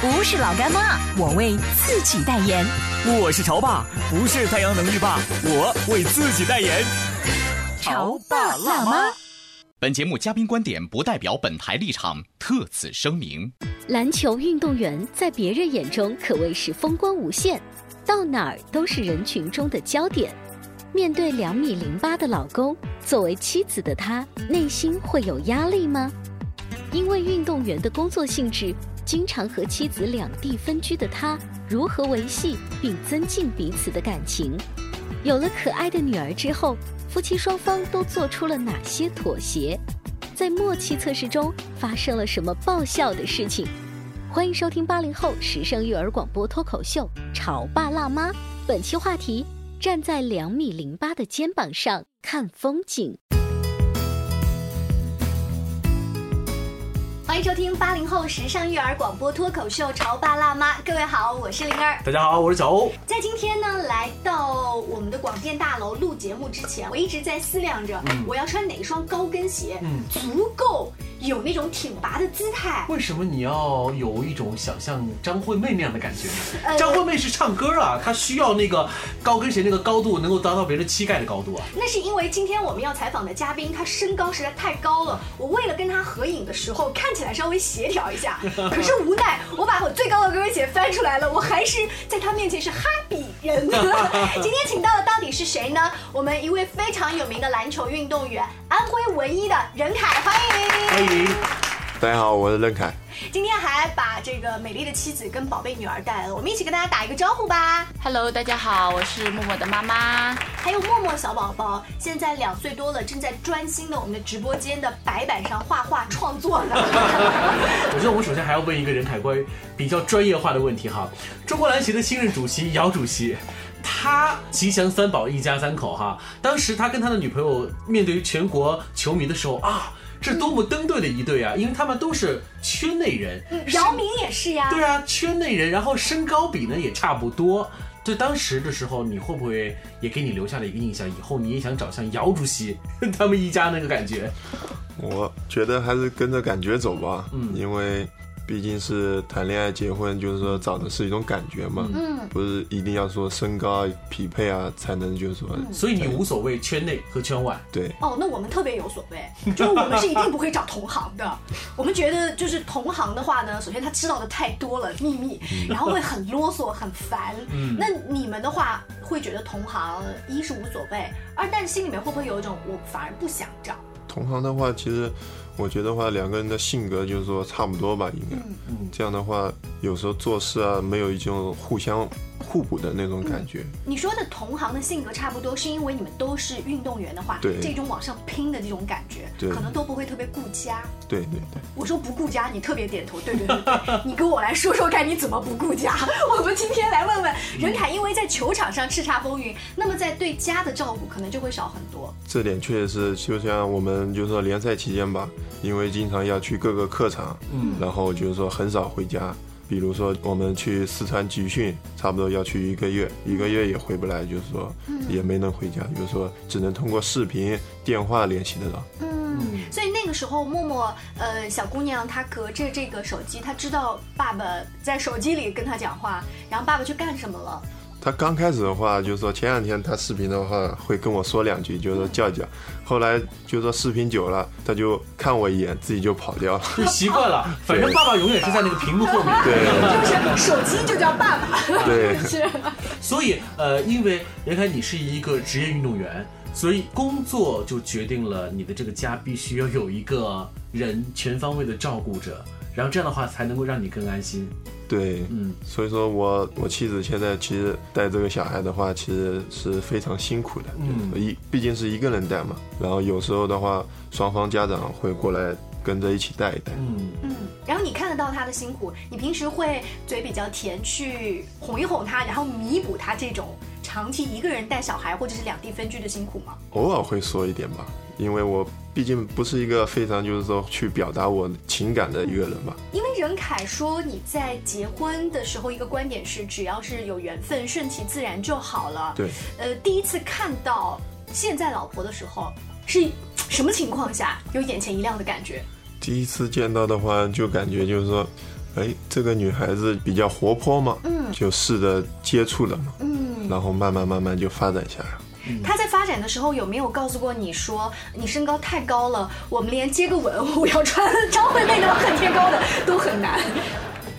不是老干妈，我为自己代言。我是潮爸，不是太阳能浴霸，我为自己代言。潮爸辣妈。本节目嘉宾观点不代表本台立场，特此声明。篮球运动员在别人眼中可谓是风光无限，到哪儿都是人群中的焦点。面对两米零八的老公，作为妻子的她，内心会有压力吗？因为运动员的工作性质，经常和妻子两地分居的她，如何维系并增进彼此的感情？有了可爱的女儿之后，夫妻双方都做出了哪些妥协？在默契测试中发生了什么爆笑的事情？欢迎收听八零后时尚育儿广播脱口秀《潮爸辣妈》，本期话题：站在两米零八的肩膀上看风景。欢迎收听八零后时尚育儿广播脱口秀《潮爸辣妈》，各位好，我是灵儿。大家好，我是小欧。在今天呢，来到我们的广电大楼录节目之前，我一直在思量着嗯我要穿哪双高跟鞋，嗯足够有那种挺拔的姿态。为什么你要有一种想像张惠妹那样的感觉呃呢？张惠妹是唱歌啊，她需要那个高跟鞋那个高度啊能够达到别人膝盖的高度啊。那是因为今天我们要采访的嘉宾，他身高实在太高了。我为了跟他合影的时候看起来稍微协调一下，可是无奈我把我最高的高跟鞋翻出来了，我还是在他面前是哈比人。今天请到的到底是谁呢？我们一位非常有名的篮球运动员，安徽文一的任凯，欢迎。哎欢迎，大家好，我是任凯。今天还把这个美丽的妻子跟宝贝女儿带来了，我们一起跟大家打一个招呼吧。 Hello，大家好，我是默默的妈妈。还有默默小宝宝，现在两岁多了，正在专心的我们的直播间的白板上画画创作呢。我觉得我们首先还要问一个任凯关于比较专业化的问题哈。中国篮协的新任主席姚主席，他吉祥三宝一家三口哈。当时他跟他的女朋友面对于全国球迷的时候啊，这多么登对的一对啊，因为他们都是圈内人，嗯姚明也是呀，对啊，圈内人，然后身高比呢也差不多。对当时的时候，你会不会也给你留下了一个印象？以后你也想找像姚主席 他们一家那个感觉？我觉得还是跟着感觉走吧，嗯因为毕竟是谈恋爱、结婚，就是说找的是一种感觉嘛，嗯不是一定要说身高匹配啊，才能就是说、所以你无所谓圈内和圈外。对。哦，那我们特别有所谓，就是我们是一定不会找同行的。我们觉得就是同行的话呢，首先他知道的太多了秘密，然后会很啰嗦很烦。嗯那你们的话会觉得同行一是无所谓，二但是心里面会不会有一种我反而不想找？同行的话，其实我觉得话，两个人的性格就是说差不多吧，应该。嗯这样的话，有时候做事啊，没有一种互相互补的那种感觉。你说的同行的性格差不多，是因为你们都是运动员的话，对这种往上拼的这种感觉，对可能都不会特别顾家。对对对。我说不顾家，你特别点头，对对对对， 你跟我来说说看你怎么不顾家。 我们今天来问问嗯任凯，因为在球场上叱咤风云，那么在对家的照顾可能就会少很多。这点确实是，就像我们就是说联赛期间吧，因为经常要去各个客场，嗯，然后就是说很少回家。比如说我们去四川集训，差不多要去一个月，一个月也回不来，就是说也没能回家，就是说只能通过视频、电话联系得到。嗯，所以那个时候，默默，呃，小姑娘她隔着这个手机，她知道爸爸在手机里跟她讲话，然后爸爸去干什么了。他刚开始的话，就是说前两天他视频的话会跟我说两句，就是说叫叫。后来就是说视频久了，他就看我一眼，自己就跑掉了。就习惯了。反正爸爸永远是在那个屏幕后面。对就是手机就叫爸爸，对。是所以呃，因为任凯你是一个职业运动员，所以工作就决定了你的这个家必须要有一个人全方位的照顾着，然后这样的话才能够让你更安心。对，嗯，所以说我我妻子现在其实带这个小孩的话，其实是非常辛苦的，嗯一毕竟是一个人带嘛，然后有时候的话，双方家长会过来跟着一起带一带，嗯，嗯，然后你看得到他的辛苦，你平时会嘴比较甜去哄一哄他，然后弥补他这种长期一个人带小孩或者是两地分居的辛苦吗？偶尔会说一点吧，因为我毕竟不是一个非常就是说去表达我情感的一个人吧，因为任凯说你在结婚的时候一个观点是，只要是有缘分，顺其自然就好了。对，呃，第一次看到现在老婆的时候是什么情况下有眼前一亮的感觉？第一次见到的话，就感觉就是说，哎，这个女孩子比较活泼嘛，嗯就试着接触了嘛，嗯，然后慢慢慢慢就发展下来了。他在发展的时候有没有告诉过你说你身高太高了，我们连接个吻，我要穿张惠妹那种很贴高的都很难。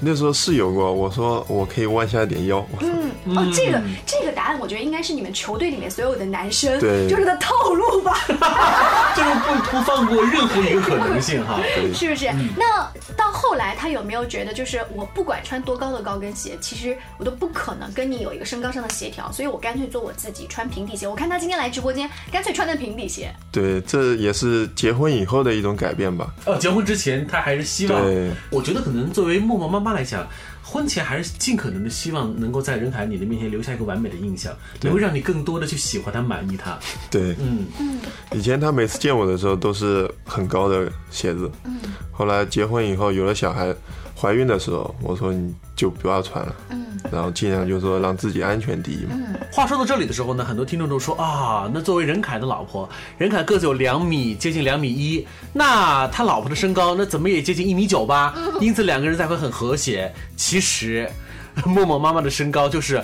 那时候是有过，我说我可以弯下一点腰， 我说嗯，哦，这个这个答案我觉得应该是你们球队里面所有的男生对就是的套路吧。这个不不放过任何一个可能性哈。是不是？那到后来，他有没有觉得，就是我不管穿多高的高跟鞋，其实我都不可能跟你有一个身高上的协调，所以我干脆做我自己，穿平底鞋。我看他今天来直播间，干脆穿的平底鞋。对，这也是结婚以后的一种改变吧。呃，结婚之前他还是希望对，我觉得可能作为默默妈妈来讲，婚前还是尽可能的希望能够在任凯你的面前留下一个完美的印象，能够让你更多的去喜欢他、满意他。对，嗯，以前她每次见我的时候都是很高的鞋子，后来结婚以后有了小孩，怀孕的时候我说你就不要穿了，然后尽量就是说让自己安全第一嘛。话说到这里的时候呢，很多听众都说啊，那作为任凯的老婆，任凯个子有两米，接近两米一，那他老婆的身高那怎么也接近一米九吧，因此两个人才会很和谐。其实，默默妈妈的身高就是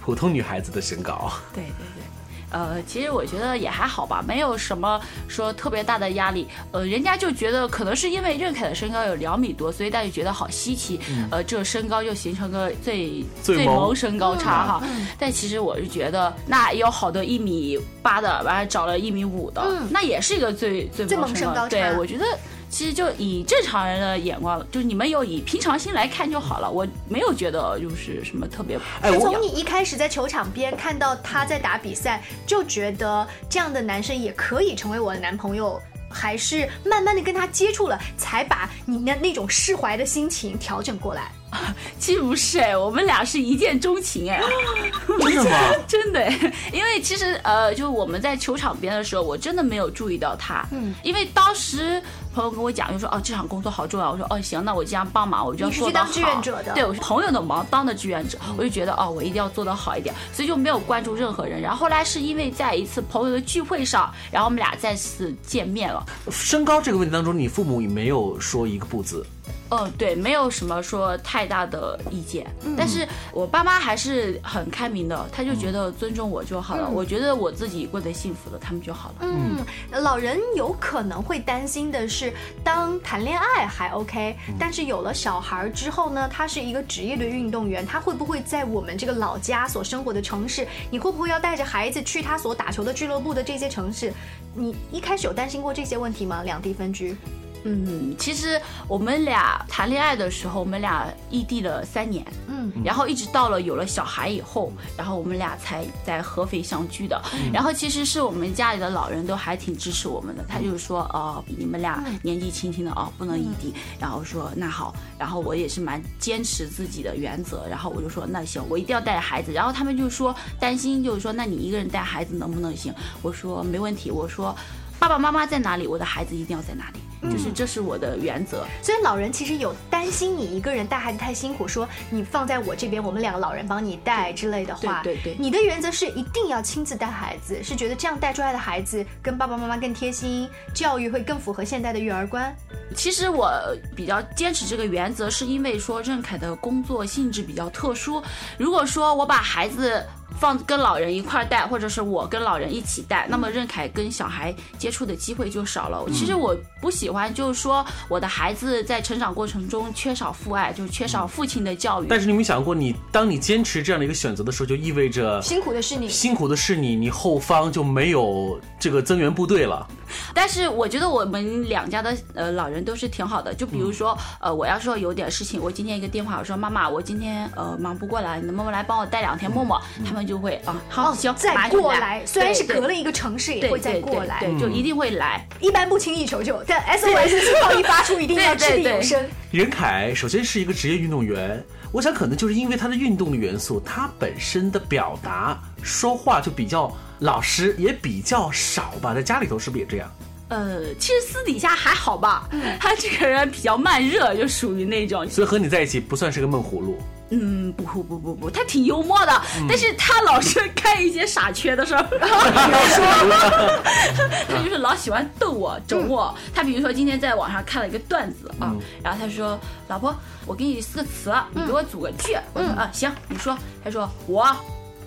普通女孩子的身高。对对对，呃，其实我觉得也还好吧，没有什么说特别大的压力。呃，人家就觉得可能是因为任凯的身高有两米多，所以大家就觉得好稀奇。嗯呃，这身高就形成个最最萌萌身高差哈。嗯但其实我是觉得，那也有好多一米八的，完了找了一米五的，那也是一个最最嗯最萌萌身高差对，我觉得。其实就以正常人的眼光，就是你们有以平常心来看就好了。我没有觉得就是什么特别哎，是我从你一开始在球场边看到他在打比赛，就觉得这样的男生也可以成为我的男朋友。还是慢慢的跟他接触了，才把你那那种释怀的心情调整过来。其实不是哎，我们俩是一见钟情哎， 真的吗？真的 哎，因为其实呃，就是我们在球场边的时候，我真的没有注意到他，嗯，因为当时朋友跟我讲，就说哦这场工作好重要，我说哦行，那我这样帮忙，我就要你是做去到当志愿好者的对，我是朋友的忙当的志愿者，我就觉得哦我一定要做得好一点，所以就没有关注任何人。然后后来是因为在一次朋友的聚会上，然后我们俩再次见面了。身高这个问题当中，你父母也没有说一个不字。嗯，对，没有什么说太大的意见，但是我爸妈还是很开明的，他就觉得尊重我就好了，我觉得我自己过得幸福了，他们就好了。嗯，老人有可能会担心的是，当谈恋爱还 OK，、但嗯是有了小孩儿之后呢，他是一个职业的运动员，他会不会在我们这个老家所生活的城市，你会不会要带着孩子去他所打球的俱乐部的这些城市？你一开始有担心过这些问题吗？两地分居，嗯，其实我们俩谈恋爱的时候，我们俩异地了三年，嗯，然后一直到了有了小孩以后，然后我们俩才在合肥相聚的。然后其实是我们家里的老人都还挺支持我们的，他就是说，哦，你们俩年纪轻轻的哦，不能异地。然后说那好，然后我也是蛮坚持自己的原则，然后我就说那行，我一定要带着孩子。然后他们就说担心，就是说那你一个人带孩子能不能行？我说没问题，我说。爸爸妈妈在哪里，我的孩子一定要在哪里，就是这是我的原则。所以老人其实有担心你一个人带孩子太辛苦，说你放在我这边，我们两个老人帮你带之类的话。对对对你的原则是一定要亲自带孩子，是觉得这样带出来的孩子跟爸爸妈妈更贴心，教育会更符合现代的育儿观。其实我比较坚持这个原则，是因为说任凯的工作性质比较特殊。如果说我把孩子放跟老人一块儿带，或者是我跟老人一起带，那么任凯跟小孩接触的机会就少了。其实我不喜欢，就是说我的孩子在成长过程中缺少父爱，就是缺少父亲的教育。但是你有没有想过，你当你坚持这样的一个选择的时候，就意味哦着辛苦的是你，辛苦的是你，你后方就没有这个增援部队了。但是我觉得我们两家的呃老人都是挺好的。就比如说，嗯呃，我要说有点事情，我今天一个电话，我说妈妈，我今天呃忙不过来，你能不能来帮我带两天默默？他们就会啊，好，行，嗯哦马再上就过来，虽然是隔了一个城市，对也对会再过来嗯对。对，对就一定会来。一般不轻易求救，但 SOS 信号一发出，一定要掷地有声。任凯首先是一个职业运动员，我想可能就是因为他的运动的元素，他本身的表达说话就比较老实，也比较少吧。在家里头是不是也这样？呃，其实私底下还好吧，嗯他这个人比较慢热，就属于那种，所以和你在一起不算是个闷葫芦。 嗯，不不不不不，他挺幽默的，但是他老是干一些傻缺的事儿，比 如说， 他就是老喜欢逗我、整我。他比如说今天在网上看了一个段子啊，然后他说：“老婆，我给你四个词，你给我组个句。”我说：“啊，行，你说。”他说：“我，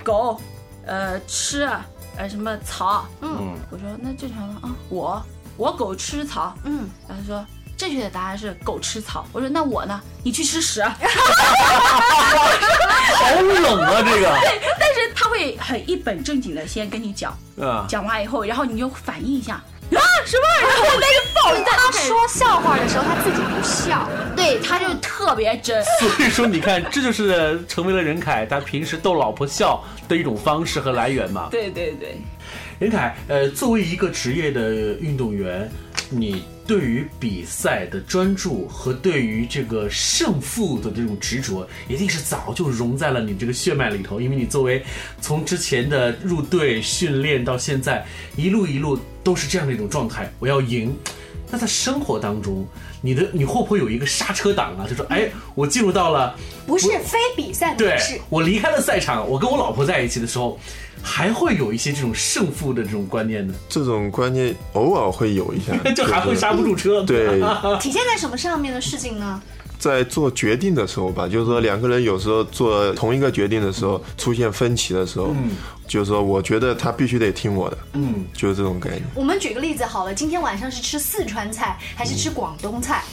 狗，呃，吃，呃，什么草。”嗯，我说：“那正常的啊，我，我狗吃草。”嗯，然后他说。正确的答案是狗吃草。我说那我呢？你去吃屎。 啊好冷啊，这 但是他会很一本正经的先跟你讲，个啊，讲完以后，然后你就反应一下啊什么，然后那个爆炸，他说笑话的时候，他自己不笑，对，他就特别真。所以说你看，这就是成为了任凯他平时逗老婆笑的一种方式和来源嘛。对对对，任凯，呃，作为一个职业的运动员，你对于比赛的专注和对于这个胜负的这种执着，一定是早就融在了你这个血脉里头。因为你作为从之前的入队训练到现在，一路一路都是这样的一种状态，我要赢。那在生活当中，你的你会不会有一个刹车档啊？就说，哎，我进入到了不是非比赛模对式。我离开了赛场，我跟我老婆在一起的时候，还会有一些这种胜负的这种观念呢。，这种观念偶尔会有一下 就还会是刹不住车。，对，体现在什么上面的事情呢？在做决定的时候吧，就是说两个人有时候做同一个决定的时候出现分歧的时候，就是说我觉得他必须得听我的，嗯，就是这种概念。我们举个例子好了，今天晚上是吃四川菜还是吃广东菜？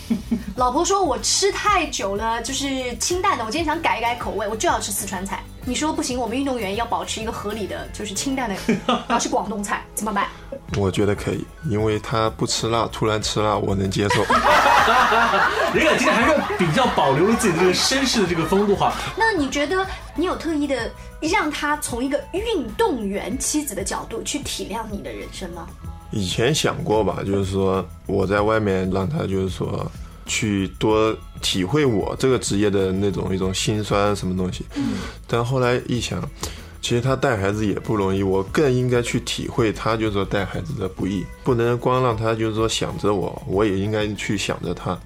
老婆说我吃太久了，就是清淡的，我今天想改一改口味，我就要吃四川菜。你说不行，我们运动员要保持一个合理的，就是清淡的，然后是广东菜，怎么办？我觉得可以，因为他不吃辣，突然吃辣我能接受。人家今天还是比较保留了自己的这个绅士的这个风度哈。那你觉得你有特意的让他从一个运动员妻子的角度去体谅你的人生吗？以前想过吧，就是说我在外面让他就是说去多体会我这个职业的那种一种辛酸什么东西，但后来一想，其实他带孩子也不容易，我更应该去体会他就是说带孩子的不易，不能光让他就是说想着我，我也应该去想着他。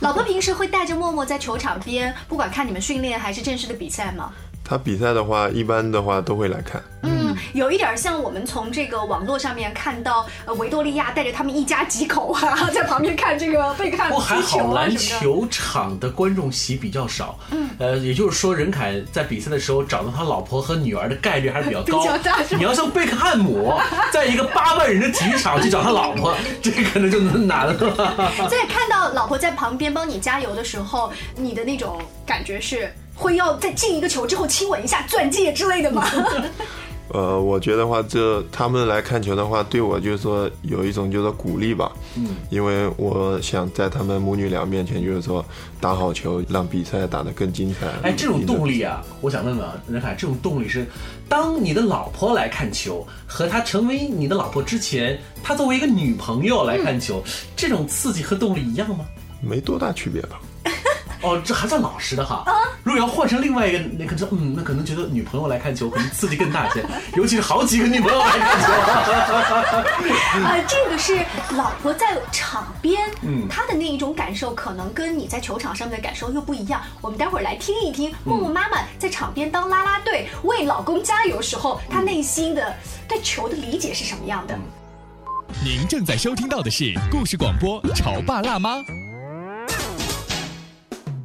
老婆平时会带着默默在球场边，不管看你们训练还是正式的比赛吗？他比赛的话，一般的话都会来看。嗯，有一点儿像我们从这个网络上面看到，呃，维多利亚带着他们一家几口啊，在旁边看这个贝克汉不姆过哦还踢球好，啊篮什么的。球场的观众席比较少。嗯，呃，也就是说，任凯在比赛的时候找到他老婆和女儿的概率还是比较 高。比较大是吧你要像贝克汉姆，在一个八万人的体育场去找他老 婆，这可能就难了。在看到老婆在旁边帮你加油的时候，你的那种感觉是会要在进一个球之后亲吻一下、钻戒之类的吗？呃，我觉得话，这他们来看球的话，对我就是说有一种就是说鼓励吧，嗯，因为我想在他们母女俩面前就是说打好球，让比赛打得更精彩。哎，这种动力啊，我想问问啊，任凯，这种动力是当你的老婆来看球，和她成为你的老婆之前，她作为一个女朋友来看球，这种刺激和动力一样吗？没多大区别吧？哦，这还算老实的哈。如果要换成另外一个，那可能说嗯，那可能觉得女朋友来看球可能刺激更大一些，尤其是好几个女朋友来看球。呃，这个是老婆在场边，嗯她的那一种感受，可能跟你在球场上面的感受又不一样。我们待会儿来听一听默默妈妈在场边当啦啦队为老公加油时候，她内心的对球的理解是什么样的。您正在收听到的是故事广播《潮爸辣妈》。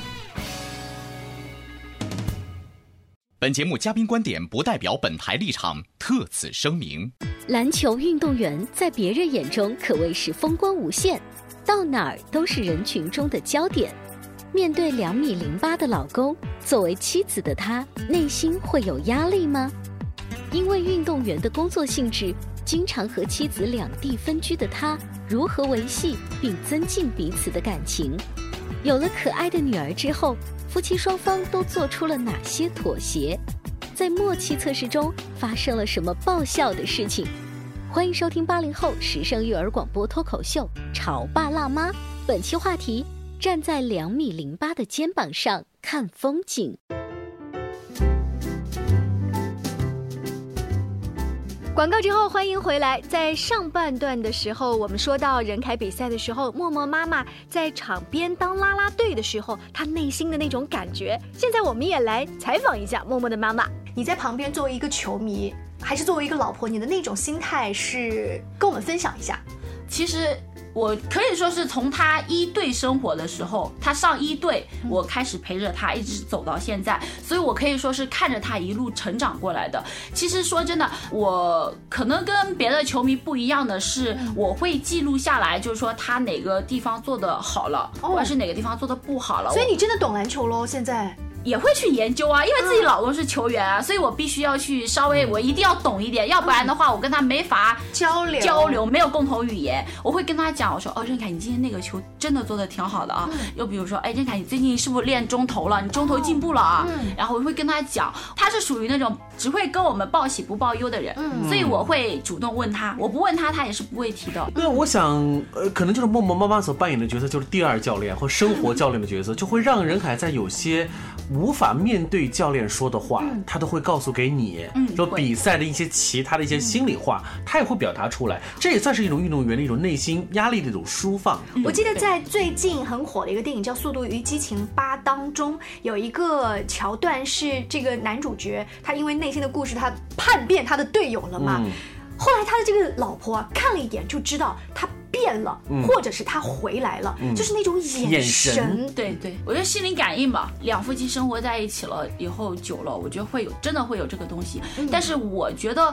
本节目嘉宾观点不代表本台立场，特此声明。篮球运动员在别人眼中可谓是风光无限，到哪儿都是人群中的焦点。面对两米零八的老公，作为妻子的她，内心会有压力吗？因为运动员的工作性质，经常和妻子两地分居的她，如何维系并增进彼此的感情？有了可爱的女儿之后，夫妻双方都做出了哪些妥协？在默契测试中发生了什么爆笑的事情？欢迎收听八零后时尚育儿广播脱口秀《潮爸辣妈》，本期话题：站在两米零八的肩膀上看风景。广告之后，欢迎回来。在上半段的时候，我们说到人凯比赛的时候，默默妈妈在场边当啦啦队的时候，她内心的那种感觉。现在我们也来采访一下默默的妈妈。你在旁边作为一个球迷，还是作为一个老婆，你的那种心态是跟我们分享一下。其实我可以说是从他一队生活的时候，他上一队，我开始陪着他，一直走到现在，所以我可以说是看着他一路成长过来的。其实说真的，我可能跟别的球迷不一样的是，我会记录下来，就是说他哪个地方做的好了，哦或者是哪个地方做的不好了。所以你真的懂篮球喽？现在也会去研究啊，因为自己老公是球员啊，所以我必须要去稍微，我一定要懂一点，要不然的话，我跟他没法嗯交流交流，没有共同语言。我会跟他讲，我说哦，任凯，你今天那个球真的做的挺好的啊。嗯又比如说，哎，任凯，你最近是不是练中投了？你中投进步了啊？嗯然后我会跟他讲，他是属于那种只会跟我们报喜不报忧的人，嗯所以我会主动问他，我不问他，他也是不会提的。那我想，呃，可能就是默默妈妈所扮演的角色，就是第二教练或生活教练的角色，就会让任凯在有些无法面对教练说的话，他都会告诉给你，嗯说会比赛的一些其他的一些心里话，他也会表达出来。这也算是一种运动员的一种内心压力的一种抒放。我记得在最近很火的一个电影叫《速度与激情八》当中，有一个桥段是这个男主角他因为内心的故事，他叛变他的队友了嘛。嗯后来他的这个老婆啊看了一眼就知道他变了，或者是他回来了，就是那种眼嗯眼神对对，我觉得心灵感应吧，两夫妻生活在一起了以后久了，我觉得会有真的会有这个东西。但是我觉得，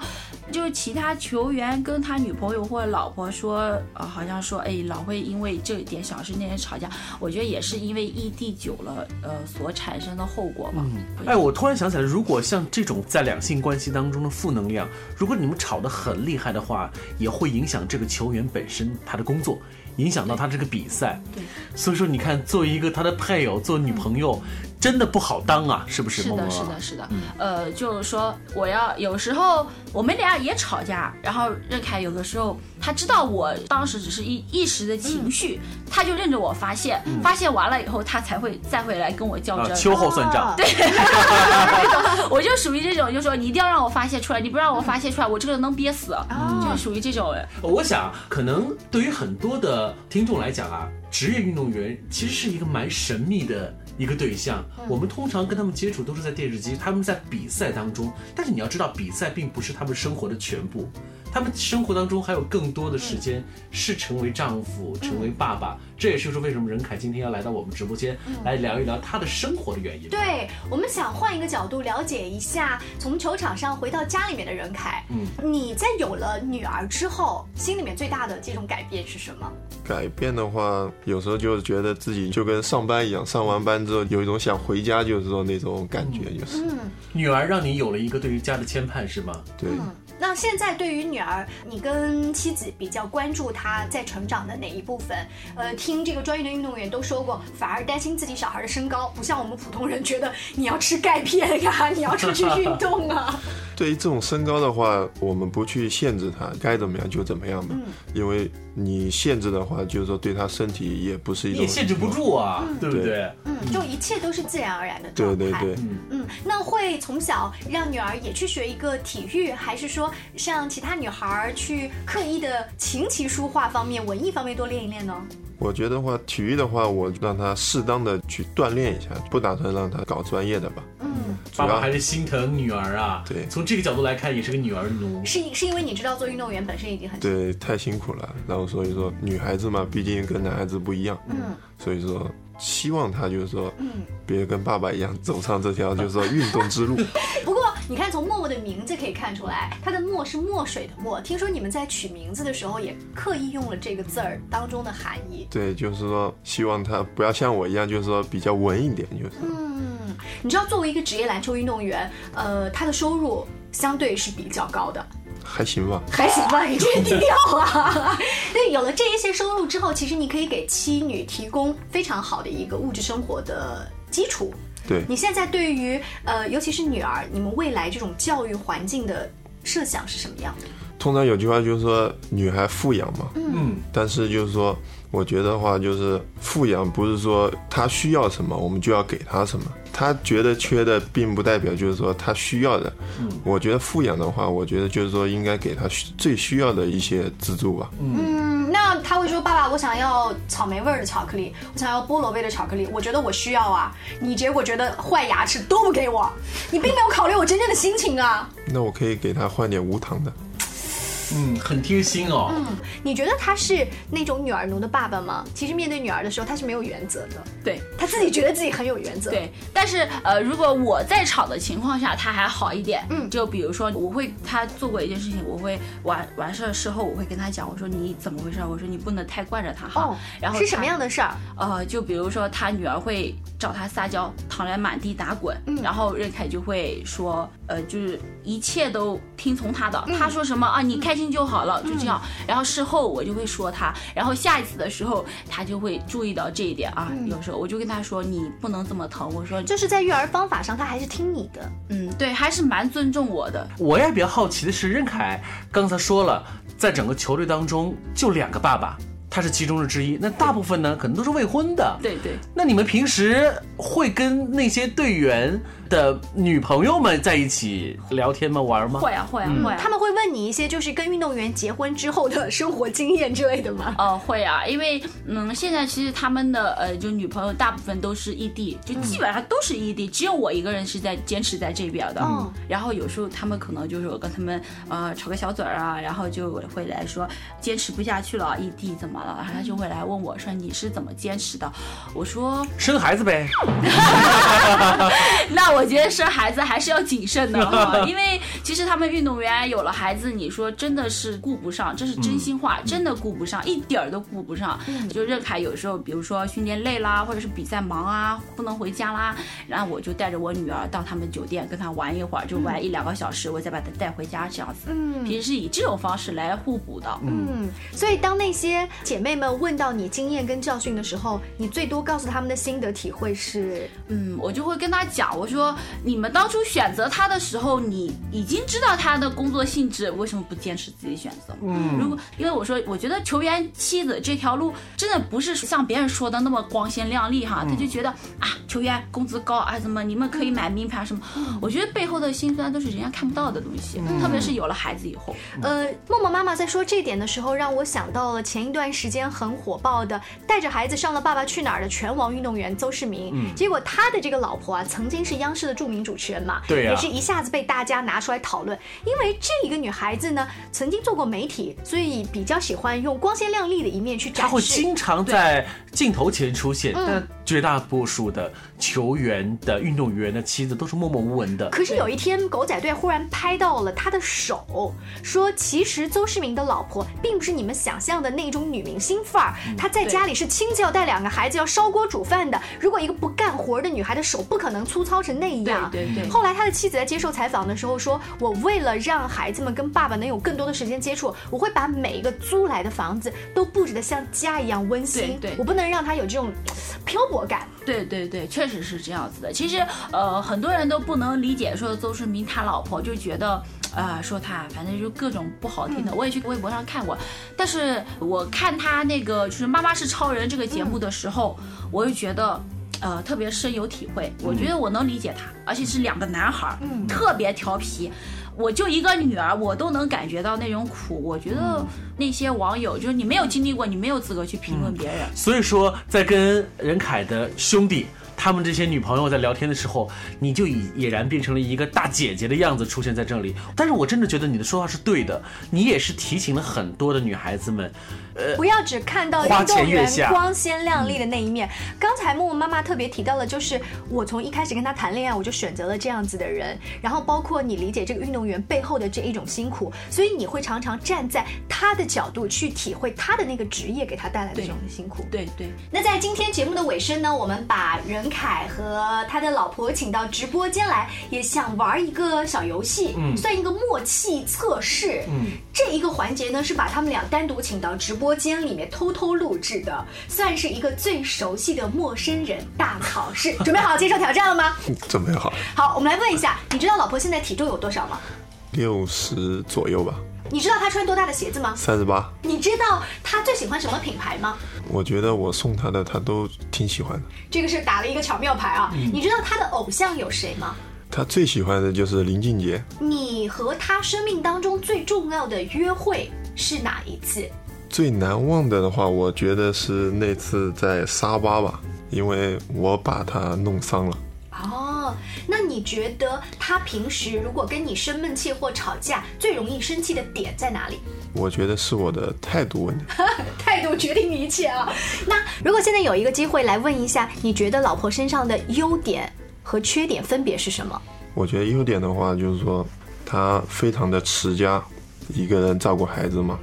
就是其他球员跟他女朋友或者老婆说，呃，好像说，哎，老会因为这一点小事那些吵架，我觉得也是因为异地久了，呃，所产生的后果吧。哎，我突然想起来，如果像这种在两性关系当中的负能量，如果你们吵得很厉害的话，也会影响这个球员本身他的工作，影响到他这个比赛。对，所以说你看，作为一个他的配偶，做女朋友，真的不好当啊，是不是？嗯是萌萌的，啊是的，。是的，呃，就是说，我要有时候我们俩也吵架，然后任凯有的时候他知道我当时只是一一时的情绪，他就任着我发泄，发泄完了以后，他才会再会来跟我较啊，真。秋后算账。对，我就属于这种，就说你一定要让我发泄出来，你不让我发泄出来，我这个人能憋死，就是属于这种人。我想可能对于很多的听众来讲啊，职业运动员其实是一个蛮神秘的。一个对象，我们通常跟他们接触都是在电视机，他们在比赛当中。但是你要知道，比赛并不是他们生活的全部，他们生活当中还有更多的时间是成为丈夫、成为爸爸。这也就是为什么任凯今天要来到我们直播间，来聊一聊他的生活的原因。对，我们想换一个角度了解一下，从球场上回到家里面的任凯，嗯你在有了女儿之后，心里面最大的这种改变是什么？改变的话，有时候就觉得自己就跟上班一样，上完班之后有一种想回家，就是说那种感觉，就是嗯，女儿让你有了一个对于家的牵绊，是吗？对。那现在对于女儿，你跟妻子比较关注她在成长的哪一部分？呃，听这个专业的运动员都说过，反而担心自己小孩的身高，不像我们普通人觉得你要吃钙片呀、你要出去运动啊。 对于这种身高的话，我们不去限制他，该怎么样就怎么样吧。嗯因为你限制的话，就是说对他身体也不是一你种也限制不住啊，对不对？嗯，就一切都是自然而然的对状态。对对，嗯，那会从小让女儿也去学一个体育，还是说像其他女孩儿去刻意的琴棋书画方面、文艺方面多练一练呢？我觉得话，体育的话，我让他适当的去锻炼一下，不打算让他搞专业的吧。嗯，主爸爸要还是心疼女儿啊。对从这个角度来看，也是个女儿奴。是因是因为你知道做运动员本身已经很对太辛苦了，然后所以说女孩子嘛，毕竟跟男孩子不一样，嗯所以说希望他就是说嗯。别跟爸爸一样走上这条就是说运动 之路。不过你看，从默默的名字可以看出来，它的墨是墨水的墨。听说你们在取名字的时候也刻意用了这个字儿当中的含义。对，就是说希望他不要像我一样，就是说比较文一点，就是说嗯，你知道，作为一个职业篮球运动员，呃，他的收入相对是比较高的。还行吧。 还行吧，你这个低调啊。 对，有了这一些收入之后，其实你可以给妻女提供非常好的一个物质生活的基础。对，你现在对于呃，尤其是女儿，你们未来这种教育环境的设想是什么样的？通常有句话就是说女孩富养嘛，嗯，但是就是说，我觉得话就是富养不是说她需要什么我们就要给她什么，她觉得缺的并不代表就是说她需要的。嗯，我觉得富养的话，我觉得就是说应该给她需最需要的一些资助吧。嗯，那他会说：“爸爸，我想要草莓味儿的巧克力，我想要菠萝味的巧克力，我觉得我需要啊。”你结果觉得坏牙齿都不给我，你并没有考虑我真正的心情啊。那我可以给她换点无糖的。嗯，很贴心哦。嗯你觉得他是那种女儿奴的爸爸吗？其实面对女儿的时候，他是没有原则的，对他自己觉得自己很有原则。，哦对，但是呃，如果我在场的情况下，他还好一点。嗯就比如说，我会他做过一件事情，我会完完事儿事后，我会跟他讲，我说你怎么回事儿？我说你不能太惯着他哈。哦，然后是什他么样的事儿？呃，就比如说他女儿会找他撒娇，躺在满地打滚，嗯然后任凯就会说，呃，就是一切都听从他的，嗯他说什么啊，你开心就好了，就这样。然后事后我就会说他，然后下一次的时候他就会注意到这一点啊。嗯有时候我就跟他说，你不能这么疼，我说，就是在育儿方法上，他还是听你的。嗯，对，还是蛮尊重我的。我也比较好奇的是，任凯刚才说了，在整个球队当中就两个爸爸，他是其中的之一。那大部分呢，可能都是未婚的。对对，那你们平时会跟那些队员的女朋友们在一起聊天吗？玩吗？会啊会啊嗯会啊。他们会问你一些就是跟运动员结婚之后的生活经验之类的吗？呃，会啊，因为嗯，现在其实他们的呃，就女朋友大部分都是异地，就基本上都是异地，只有我一个人是在坚持在这边的。嗯然后有时候他们可能就是我跟他们呃吵个小嘴儿啊，然后就会来说坚持不下去了，异地怎么了？然后他就会来问我说你是怎么坚持的？我说生孩子呗。那我觉得生孩子还是要谨慎的哈，因为其实他们运动员有了孩子，你说真的是顾不上，这是真心话，真的顾不上，一点儿都顾不上。就任凯有时候，比如说训练累啦，或者是比赛忙啊，不能回家啦，然后我就带着我女儿到他们酒店跟她玩一会儿，就玩一两个小时，我再把她带回家这样子。嗯平时是以这种方式来互补的。嗯，所以当那些姐妹们问到你经验跟教训的时候，你最多告诉他们的心得体会是，嗯，我就会跟他讲，我说你们当初选择他的时候，你已经知道他的工作性质，为什么不坚持自己选择？嗯，如果因为我说，我觉得球员妻子这条路真的不是像别人说的那么光鲜亮丽哈，他就觉得啊，球员工资高啊，怎么你们可以买名牌什么？我觉得背后的辛酸都是人家看不到的东西，特别是有了孩子以后。嗯呃，默默妈妈在说这点的时候，让我想到了前一段时间很火爆的带着孩子上了《爸爸去哪儿》的拳王运动员邹市明。嗯结果他的这个老婆啊，曾经是央视的著名主持人嘛，对呀也是一下子被大家拿出来讨论，因为这一个女孩子呢，曾经做过媒体，所以比较喜欢用光鲜亮丽的一面去展他示。会经常在镜头前出现，嗯但绝大多数的球员的运动员的妻子都是默默无闻的。可是有一天，狗仔队忽然拍到了他的手，说其实邹市明的老婆并不是你们想象的那种女明星范儿，嗯她在家里是亲自要带两个孩子要烧锅煮饭的。如果一个不干活的女孩的手不可能粗糙成那样。对啊对对后来他的妻子在接受采访的时候说：“我为了让孩子们跟爸爸能有更多的时间接触，我会把每一个租来的房子都布置得像家一样温馨。对对我不能让他有这种嘖漂泊感。对对对，确实是这样子的。其实呃，很多人都不能理解，说邹市明他老婆就觉得。啊、说他反正就各种不好听的，我也去微博上看过，但是我看他那个就是《妈妈是超人》这个节目的时候，我就觉得，呃，特别深有体会。我觉得我能理解他，而且是两个男孩儿，嗯特别调皮。我就一个女儿，我都能感觉到那种苦。我觉得那些网友，就是你没有经历过，你没有资格去评论别人。所以说，在跟任凯的兄弟他们这些女朋友在聊天的时候，你就已俨然变成了一个大姐姐的样子出现在这里。但是我真的觉得你的说话是对的，你也是提醒了很多的女孩子们，不要只看到花运动前月员下光鲜亮丽的那一面。刚才默默妈妈特别提到了，就是我从一开始跟他谈恋爱，我就选择了这样子的人。然后包括你理解这个运动员背后的这一种辛苦，所以你会常常站在他的角度去体会他的那个职业给他带来的这种辛苦。对对，那在今天节目的尾声呢，我们把任凯和他的老婆请到直播间来，也想玩一个小游戏，嗯算一个默契测试。嗯，这一个环节呢，是把他们俩单独请到直播间里面偷偷录制的，算是一个最熟悉的陌生人大考试。准备好接受挑战了吗？嗯准备好了，好，我们来问一下，你知道老婆现在体重有多少吗？六十左右吧，你知道她穿多大的鞋子吗？三十八。你知道她最喜欢什么品牌吗？我觉得我送他的他都挺喜欢的，这个是打了一个巧妙牌啊。你知道她的偶像有谁吗？他最喜欢的就是林俊杰，你和他生命当中最重要的约会是哪一次？最难忘的的话，我觉得是那次在沙巴吧，因为我把他弄伤了。哦，那你觉得他平时如果跟你生闷气或吵架，最容易生气的点在哪里？我觉得是我的态度问题。态度决定一切啊！那如果现在有一个机会来问一下，你觉得老婆身上的优点和缺点分别是什么？我觉得优点的话，就是说他非常的持家，一个人照顾孩子嘛。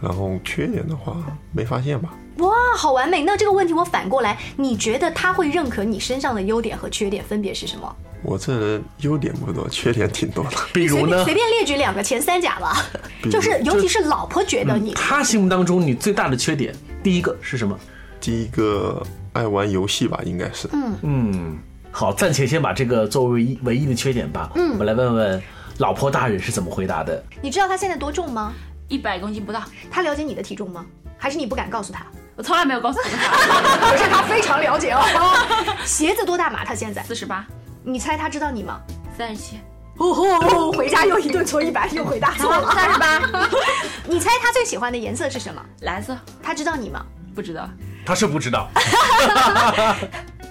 然后缺点的话，没发现吧？哇，好完美！那这个问题我反过来，你觉得他会认可你身上的优点和缺点分别是什么？我这人优点不多，缺点挺多的。比随如便呢随，便列举两个前三甲吧，比如就是尤其是老婆觉得你他心目当中你最大的缺点，第一个是什么？第一个爱玩游戏吧，应该是。嗯，好，暂且先把这个作为一唯一的缺点吧。嗯，我们来问问老婆大人是怎么回答的。你知道他现在多重吗？一百公斤不到，他了解你的体重吗？还是你不敢告诉他？我从来没有告诉过 他。可是他非常了解哦。鞋子多大码？他现在？ 四十八，你猜他知道你吗？三十七，哦吼！回家又一顿搓衣板，又回答错了。 三十八， 你猜他最喜欢的颜色是什么？ 蓝色，他知道你吗？ 不知道。他是不知道，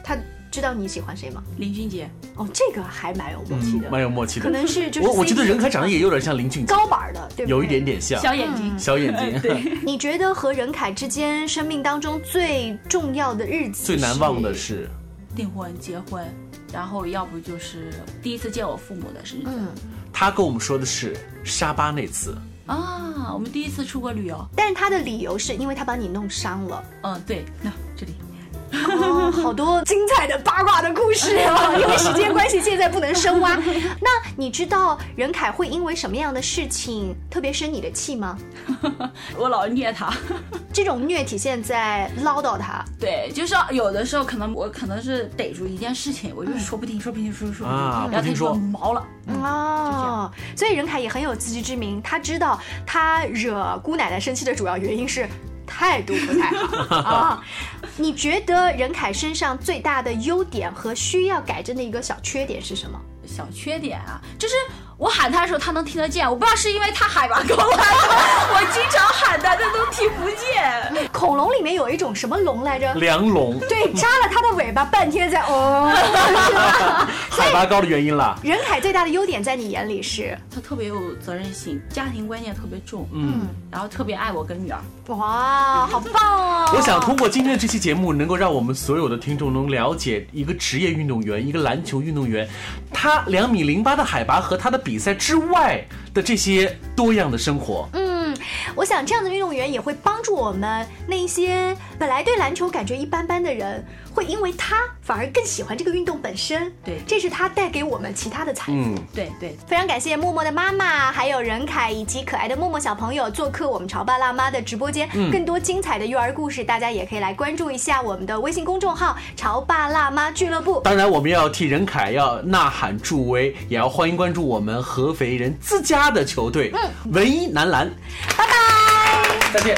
他知道你喜欢谁吗？林俊杰，哦，这个还蛮有默契的，蛮有默契的。可能是就是我我觉得 CD 任凯长得也有点像林俊杰，高板儿的，对不对？嗯有一点。点像小眼睛，小眼睛。对，你觉得和任凯之间生命当中最重要的日子？最难忘的。是，订婚结婚，然后要不就是第一次见我父母的日子。嗯，他跟我们说的是沙巴那次。啊，我们第一次出国旅游。但是他的理由是因为他把你弄伤了。嗯，对，那这里哦，好多精彩的八卦的故事啊！因为时间关系，现在不能深挖。那你知道任凯会因为什么样的事情特别生你的气吗？ 我老虐他。这种虐体现在唠叨他， 对，就是有的时候可能我可能是逮住一件事情，我就说不定，说不定，说说不定，啊然后不他听就说毛了。哦，所以任凯也很有自知之明，他知道他惹姑奶奶生气的主要原因是态度不太好啊。你觉得任凯身上最大的优点和需要改正的一个小缺点是什么？小缺点啊，就是我喊他的时候他能听得见，我不知道是因为他海拔高还是 我经常喊他，他都听不见。恐龙里面有一种什么龙来着？梁龙，对，扎了他的尾巴，半天在哦， 是吧？海拔高的原因啦。任凯最大的优点在你眼里是他特别有责任心，家庭观念特别重，嗯，然后特别爱我跟女儿。哇，好棒哦！我想通过今天的这期节目，能够让我们所有的听众能了解一个职业运动员，一个篮球运动员，他两米零八的海拔和他的比赛之外的这些多样的生活。嗯，我想这样的运动员也会帮助我们那一些本来对篮球感觉一般般的人，会因为他反而更喜欢这个运动本身。对这是它带给我们其他的财富。嗯，对对，非常感谢默默的妈妈，还有任凯以及可爱的默默小朋友做客我们潮爸辣妈的直播间。嗯更多精彩的育儿故事，大家也可以来关注一下我们的微信公众号“潮爸辣妈俱乐部当然，我们要替任凯要呐喊助威，也要欢迎关注我们合肥人自家的球队——文一男篮。”。拜拜。再见。